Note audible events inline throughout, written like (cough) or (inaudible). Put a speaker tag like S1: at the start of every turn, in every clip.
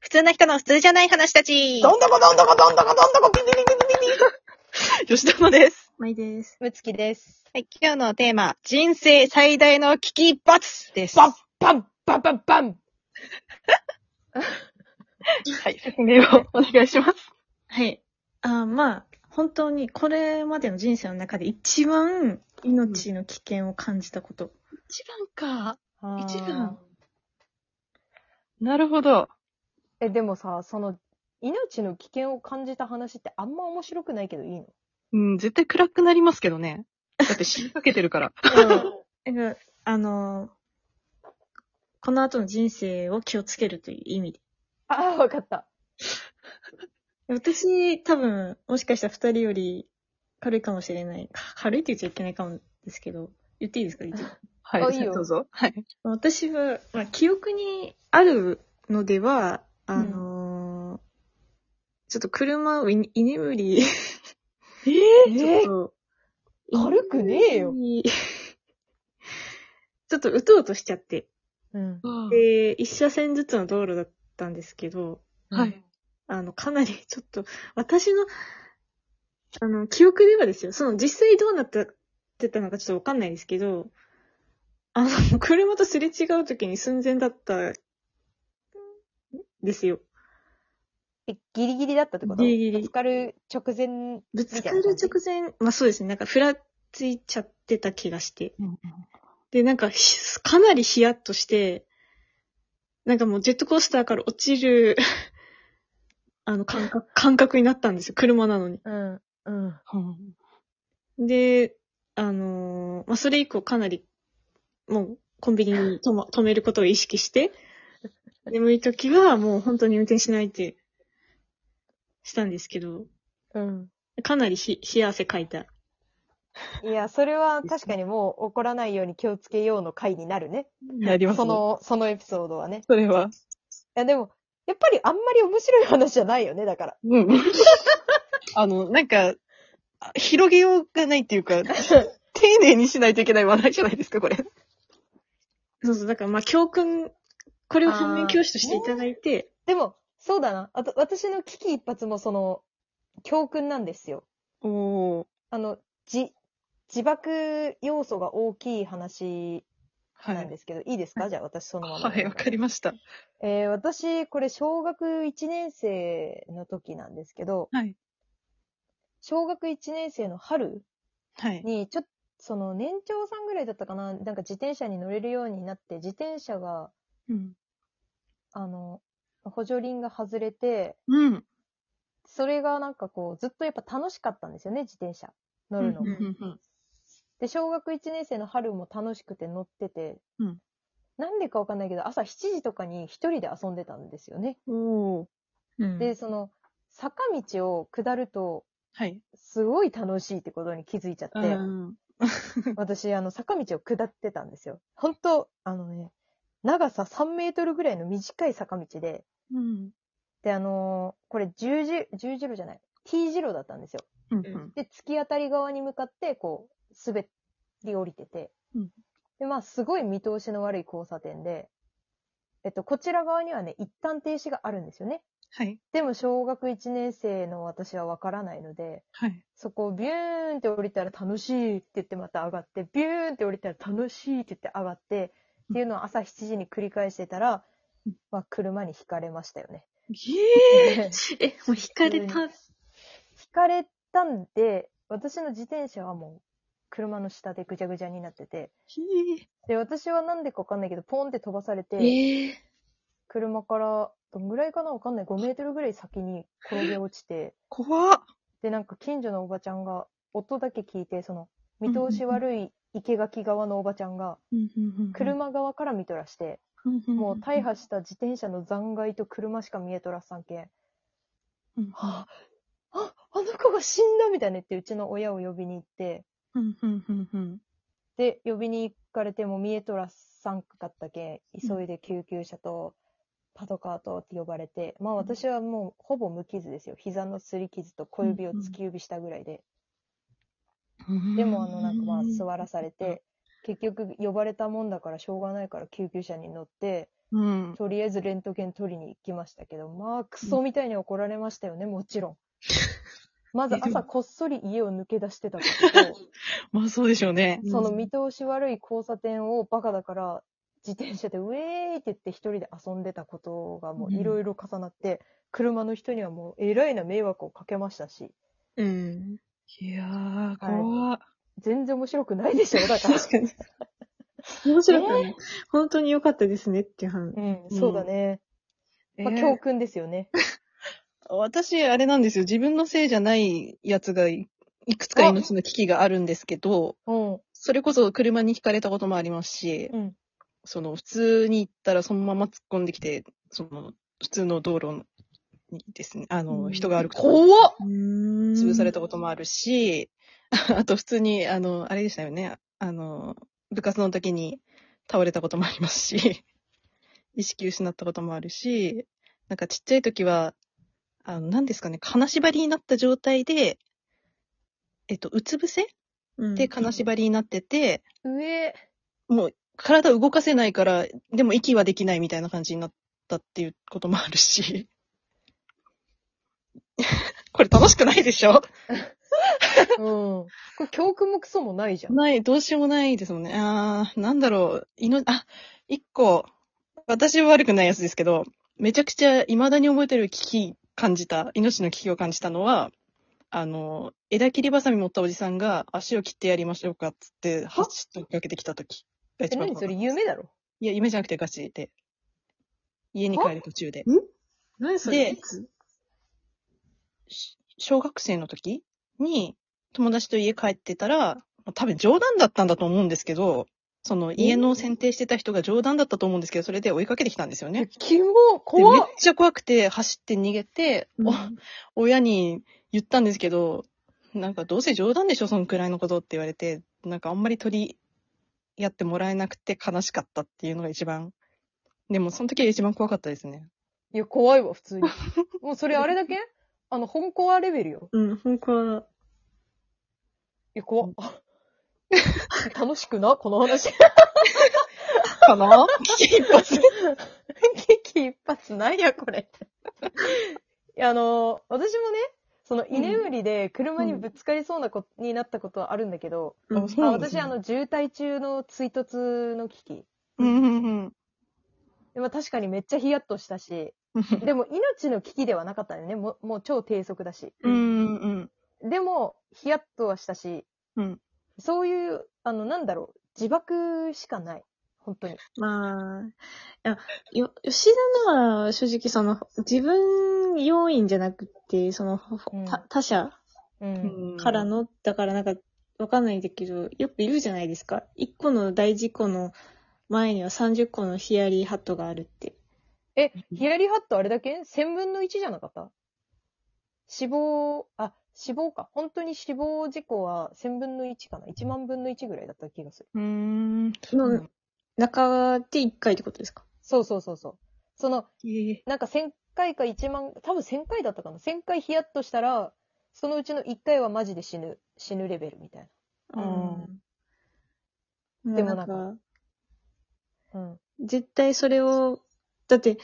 S1: 普通な人の普通じゃない話たち。
S2: どんどこどんどこどんどこどんどこピピピピピピ吉田のです。
S3: まいです。
S1: むつきです。はい、今日のテーマ、人生最大の危機一髪です。
S2: バッバンバンバンバン
S1: はい。
S3: 説明をお願い
S1: (laughs)
S3: します。はい。あーまあ、本当にこれまでの人生の中で一番命の危険を感じたこと。
S2: 一番か。一番
S3: 番。
S2: なるほど。
S4: え、でもさ、その、命の危険を感じた話ってあんま面白くないけどいいの
S2: うん、絶対暗くなりますけどね。だって死にかけてるから。
S3: なんかあのーこの後の人生を気をつけるという意味で。
S4: ああ、わかった。
S3: 私、多分、もしかしたら二人より軽いかもしれない。か軽いって言っちゃいけないかもですけど、言っていいで
S2: (laughs)
S3: すか一応
S2: は
S4: あ
S2: い、
S4: いいよ
S2: どうぞ。はい。
S3: 私は、まあ、記憶にあるのでは、あのーちょっと車をい居眠り、
S2: え
S4: え
S3: ちょっと、
S4: 軽くねえよ。
S3: に (laughs) ちょっとうとうとしちゃって。
S4: うん。
S3: で、一車線ずつの道路だったんですけど、
S2: はい。
S3: あの、かなりちょっと、私の、あの、記憶ではですよ、その実際どうなったってたのかちょっとわかんないですけど、あの、車とすれ違う時に寸前だった、んですよ。
S4: え、ギリギリだったってこと
S3: ギリギリ
S4: ぶつかる直前。
S3: ぶつかる直前、まあそうですね、なんかふらついちゃってた気がして。で、なんかひ、かなりヒヤッとして、なんかもうジェットコースターから落ちる、 (laughs) あの、感覚、感覚になったんですよ。車なのに。
S4: うん。うん。
S2: うん
S3: で、あのーまあ、それ以降かなり、もう、コンビニに止,、ま、
S2: (laughs)
S3: 止めることを意識して、眠い時はもう本当に運転しないって、したんですけど、
S4: うん。
S3: かなりひ、冷や汗かいた。
S4: いや、それは確かにもう怒らないように気をつけようの回になるね。
S2: なります
S4: そ
S2: ね。
S4: の、そのエピソードはね。
S2: それ
S4: い
S2: は。
S4: や、でも、やっぱりあんまり面白い話じゃないよね、だから。
S2: うん。
S4: (laughs)
S2: あの、なんか、あ広げようがないってい
S3: (laughs)
S2: うか、丁寧にしないといけない話題じゃないですか、これ。
S3: そうそう、だからまあ教訓、これを反面教師としていただいて、
S4: でも、そうだな。あと、私の危機一髪もその、教訓なんですよ。
S2: おー。
S4: あの、じ、自爆要素が大きい話
S2: は
S4: なん
S2: い
S4: で。すけど、い、いですかじゃあ私そのまま。
S2: はい、わかりました。
S4: えー私、これ小学1年生の時なんですけど、
S2: はい。
S4: 小学1年生の春
S2: はい。
S4: に、ちょっと、その年長さんぐらいだったかな、なんか自転車に乗れるようになって、自転車が、
S2: うん。
S4: あの、補助輪が外れて、
S2: うん。
S4: それがなんかこう、ずっとやっぱ楽しかったんですよね、自転車。乗るの。
S2: うんうんうん
S4: で、小学1年生の春も楽しくて乗ってて、
S2: うん
S4: なんでかわかんないけど、朝7時とかに一人で遊んでたんですよね。
S2: おー。
S3: うん
S4: で、その、坂道を下ると、
S2: はい。
S4: すごい楽しいってことに気づいちゃって、
S2: うん。
S4: 私、あの、坂道を下ってたんですよ。本当あのね、長さ3メートルぐらいの短い坂道で、
S2: うん。
S4: で、あのーこれ10字、10字路じゃない、T 字路だったんですよ。
S2: うん。
S4: で、突き当たり側に向かって、こう、滑り降りてて。
S2: うん
S4: で、まあ、すごい見通しの悪い交差点で、えっと、こちら側にはね、一旦停止があるんですよね。
S2: はい。
S4: でも、小学1年生の私はわからないので、
S2: はい。
S4: そこをビューンって降りたら楽しいって言ってまた上がって、ビューンって降りたら楽しいって言って上がって、っていうのを朝7時に繰り返してたら
S2: うん、
S4: まあ、車にひかれましたよね。
S2: え
S3: え、もう惹かれた。
S4: 引かれたんで、私の自転車はもう車の下でぐちゃぐちゃになってて、で、私はなんでかわかんないけど、ポンって飛ばされて、
S3: ええ
S4: 車から、どんぐらいかなわかんない、5メートルぐらい先に転げ落ちて、
S2: 怖っ。
S4: で、なんか近所のおばちゃんが、音だけ聞いて、その、見通し悪い生垣側のおばちゃんが、車側から見とらして、もう大破した自転車の残骸と車しか見えとらっさんけん、
S2: うん。
S4: はあ、あ、あの子が死んだみたいなって、うちの親を呼びに行って、
S2: うん。うん。うん。うん。
S4: で、呼びに行かれても見えとらさんかったけ、急いで救急車とパトカーとって呼ばれて、まあ
S2: ん
S4: 私はもうほぼ無傷ですよ。膝の擦り傷と小指を突き指したぐらいで。
S2: うん
S4: でもあのなんかまあ座らされ
S2: うん
S4: て、結局呼ばれたもんだからしょうがないから救急車に乗って、
S2: ううん。
S4: とりあえずレントゲン取りに行きましたけど、まあ、クソみたいに怒られましたよね、もちろん。まず朝こっそり家を抜け出してたことと、
S2: まあそうでしょうね。
S4: その見通し悪い交差点をバカだから、自転車でウェーイって言って一人で遊んでたことがもういろいろ重なって、車の人にはもうえらいな迷惑をかけましたし、
S3: うん。
S2: いやー、怖っ
S4: 全然面白くないでしょ、だから。
S3: (laughs) 確かに。面白くない。本当に良かったですねっていう話。
S4: うん、そうだね。
S2: え
S4: まあ、
S2: ー
S4: 教訓ですよね。
S2: 私、あれなんですよ。自分のせいじゃないやつがい、いくつか命の危機があるんですけど、
S4: うん、
S2: それこそ車に轢かれたこともありますし、
S4: うん、
S2: その普通に行ったらそのまま突っ込んできて、その普通の道路にですね、あ
S3: う
S2: の、
S3: ん
S2: 人が歩くと
S4: 怖っ
S3: うん。
S2: 潰されたこともあるし、 (laughs) あと普通に、あの、あれでしたよね、あの、部活の時に倒れたこともありますし、 (laughs) 意識失ったこともあるし、なんかちっちゃい時は、あの、何ですかね、金縛りになった状態で、えっと、うつ伏せ
S3: うん。
S2: で金縛りになってて、
S4: 上、
S2: もう体動かせないから、でも息はできないみたいな感じになったっていうこともあるし。 (laughs) これ楽しくないでしょ
S4: うん。 (laughs) これ教訓もクソもないじゃん。
S2: ない、どうしようもないですもんね。あー、なんだろう。いの、あ、一個、私は悪くないやつですけど、めちゃくちゃ未だに覚えてる危機感じた、命の危機を感じたのは、あの、枝切りバサミ持ったおじさんが足を切ってやりましょうかっつって、走って追っかけてきた時が
S4: え、
S2: 一番
S4: 何
S2: 怖か
S4: そ
S2: った
S4: れ夢だろ
S2: いや、夢じゃなくてガチで。家に帰る途中で。
S3: 何そ
S2: で
S3: れいつ
S2: し小学生の時に友達と家帰ってたら、多分冗談だったんだと思うんですけど、その家の選定してた人が冗談だったと思うんですけど、それで追いかけてきたんですよね。
S4: キモ
S2: でめっ
S4: 怖っ
S2: ちゃ怖くて走って逃げて、
S3: うん
S2: お親に言ったんですけど、なんかどうせ冗談でしょ、そのくらいのことって言われて、なんかあんまり取りやってもらえなくて悲しかったっていうのが一番、でもその時が一番怖かったですね。
S4: いや、怖いわ、普 (laughs) 通に。もうそれあれだけあの、本コアレベルよ。
S3: うん、本当は、
S4: いや、怖っ。 (laughs) 楽しくなこの (laughs) 話。
S2: かな危機一髪。
S4: 危機一髪なんや、これ。いや、あの、私もね、その、居眠りで車にぶつかりそうなこ、になったことはあるんだけど、
S3: うん
S2: あそ
S4: あ
S2: うなんです
S4: 私、
S2: ね
S4: あの、渋滞中の追突の危機。
S2: うんうん
S4: でも確かにめっちゃヒヤッとしたし、
S2: うん。
S4: でも命の危機ではなかったよね。もうもう超低速だし。
S2: うんうん
S4: でも、ヒヤッとはしたし、
S2: うん
S4: そういう、あの、なんだろう、自爆しかない。本当に。
S3: まあ、いや、よ、吉田のは正直その、自分要因じゃなくて、その、
S4: うん
S3: 他他者
S4: う。
S2: うんん。
S3: からの、だからなんか、わかんないんだけど、よくいるじゃないですか。1個の大事故の前には30個のヒヤリーハットがあるって。
S4: え、ヒヤリハットあれだけ ?1000 分の1じゃなかった死亡、あ、死亡か。本当に死亡事故は1000分の1かな。1万分の1ぐらいだった気がする。
S2: うーん。
S3: の中で1回ってことですか
S4: そうそうそうそう。その、
S2: え
S4: なんか1000回か1万、多分1000回だったかな。1000回ヒヤッとしたら、そのうちの1回はマジで死ぬ、死ぬレベルみたい
S2: うん
S3: うん。で
S4: で
S3: も
S4: も
S3: なんん
S4: なか
S3: か、
S4: な。うん。
S3: 絶対それを、だって、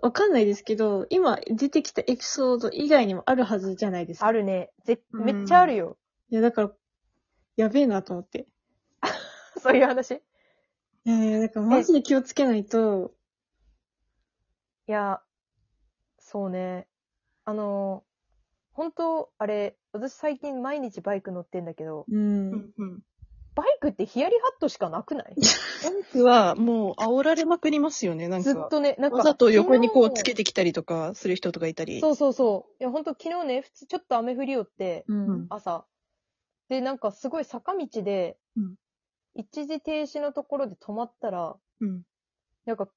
S3: わかんないですけど、今出てきたエピソード以外にもあるはずじゃないですか。
S4: あるね。ぜ
S2: うん
S4: めっちゃあるよ。 (laughs)
S3: いや、だから、やべえなと思って。
S4: そういう話。い
S3: いやいや、だからマジで気をつけないと、
S4: や、そうね。あの、本当あれ、私最近毎日バイク乗ってんだけど、
S3: うん。
S4: バイクってヒヤリハットしかなくない
S2: 僕はもう煽られまくりますよね、なん
S4: ずっ
S2: か。
S4: とね、なんか。
S2: わざと横にこうつけ
S4: て。
S2: てきたりとかする人とかいたり。
S4: そうそうそう。いや、本当昨日ね、普通ちょっと雨降りよって、
S3: うん。
S4: 朝。で、なんかすごい坂道で、
S2: うん
S4: 一時停止のところで止まったら、
S2: うん。
S4: なんか、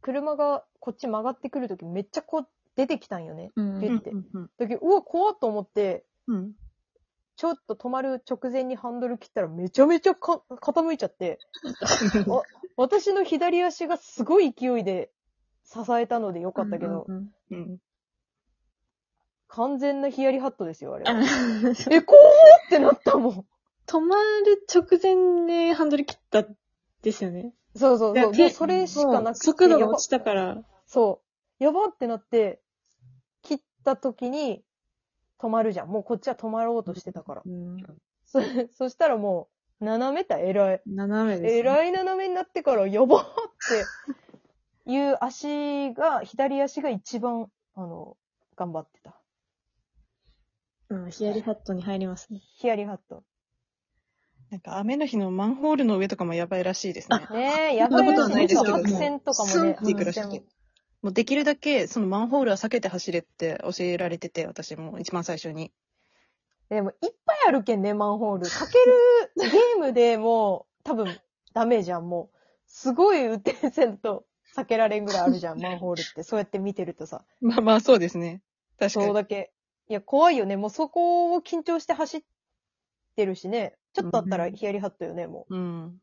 S4: 車がこっち曲がってくるときめっちゃこう出てきたんよね。
S3: うん
S4: で
S2: うんうんうん
S4: だけど、うわ、怖っと思って、
S2: うん。
S4: ちょっと止まる直前にハンドル切ったらめちゃめちゃか傾いち
S3: (laughs)
S4: ゃって、私の左足がすごい勢いで支えたのでよかったけど、
S3: うんうん
S2: うん。
S4: 完全なヒヤリハットですよ、あれは。
S3: うん
S4: え、こうってなったもん。
S3: 止まる直前でハンドル切ったですよね。
S4: そうそ
S3: い
S4: うそ
S3: や
S4: う。
S3: 手
S4: で、それしかなくて。
S3: 速度
S4: や
S3: が
S4: ば
S3: 落ちたから。
S4: そう。やばってなって、切った時に止まるじゃん。もうこっちは止まろうとしてたから。
S3: うん
S4: そ、 (laughs) そしたらもう、斜めた偉い。
S3: 斜めです、
S4: えらい斜めになってから、やば
S2: (laughs)
S4: っていう足が、左足が一番、あの、頑張ってた。
S3: うん、ヒヤリハットに入りますね。
S4: ヒヤリハット。
S2: なんか雨の日のマンホールの上とかもやばいらしいですね。
S4: ねえ、
S2: そ
S4: や
S2: んな
S4: ばい
S2: こと
S4: ら
S2: は
S4: し
S2: ないですけど
S4: 白線とかも
S3: そう
S4: ね、
S2: っていくらしくてもうできるだけそのマンホールは避けて走れって教えられてて、私も一番最初に。
S4: でも、いっぱいあるけんね、マンホール。かけるゲームでもう、多分、ダメじゃん、もう。すごい運転せんと (laughs) 避けられんぐらいあるじ
S2: (laughs)
S4: ゃん、マンホールって。そうやって見てるとさ。
S2: まあまあそうですね。確か
S4: そう
S2: に。
S4: だけ。いや、怖いよね。もうそこを緊張して走ってるしね。ちょっとあったらヒヤリハットよね、も
S2: うん。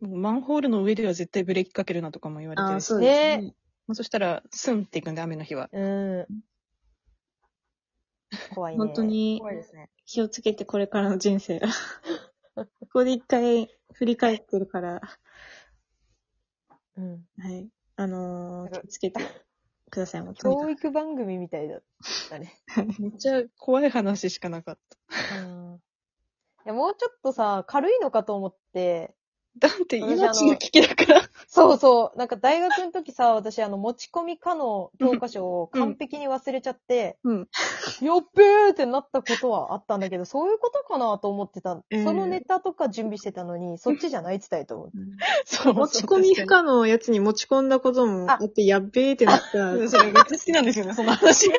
S2: もうマンホールの上では絶対ブレーキかけるなとかも言われてるし。
S4: うですね
S2: まあ、そしたら、スンっていくんで、雨の日は。
S4: う。うん。怖いね。
S3: 本当。に
S2: 怖いですね。
S3: 気をつけてこれからの人生 (laughs) が。ここで一回振り返ってるから、
S4: うん。
S3: はい。あのー
S4: なんか
S3: 気をつけてください、もうとにか
S4: 教育番組みたいだったね。
S2: めっちゃ怖い話しかなかっ
S4: うん。いや、もうちょっとさ、軽いのかと思って、
S2: た。だって、
S4: 私
S2: 命の危機だから。
S4: そうそう。なんか大学の時さ、私あの持ち込み可の教科書を完璧に忘れちゃって、
S2: うん
S4: やっべーってなったことはあったんだけど、そういうことかなと思ってた。
S2: ええ
S4: そのネタとか準備してたのに、そっちじゃないってたいと思う。
S2: そう。
S3: く。持ち込み不
S2: 確か
S3: 可能やつに持ち込んだことも、
S4: あ
S3: だってやっべーってな
S4: (laughs)
S3: ったら、
S2: に。それめっちゃ好きなんですよね、その話。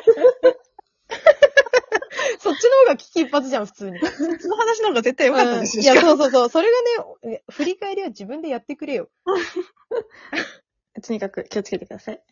S4: そっちの方が危機一髪じゃん、普通に。
S2: その話の方が絶対良かったです
S4: うん
S2: よ。
S4: いや、そうそうそう。それがね、振り返りは自分でやってくれよ。
S3: とにかく気をつけてください。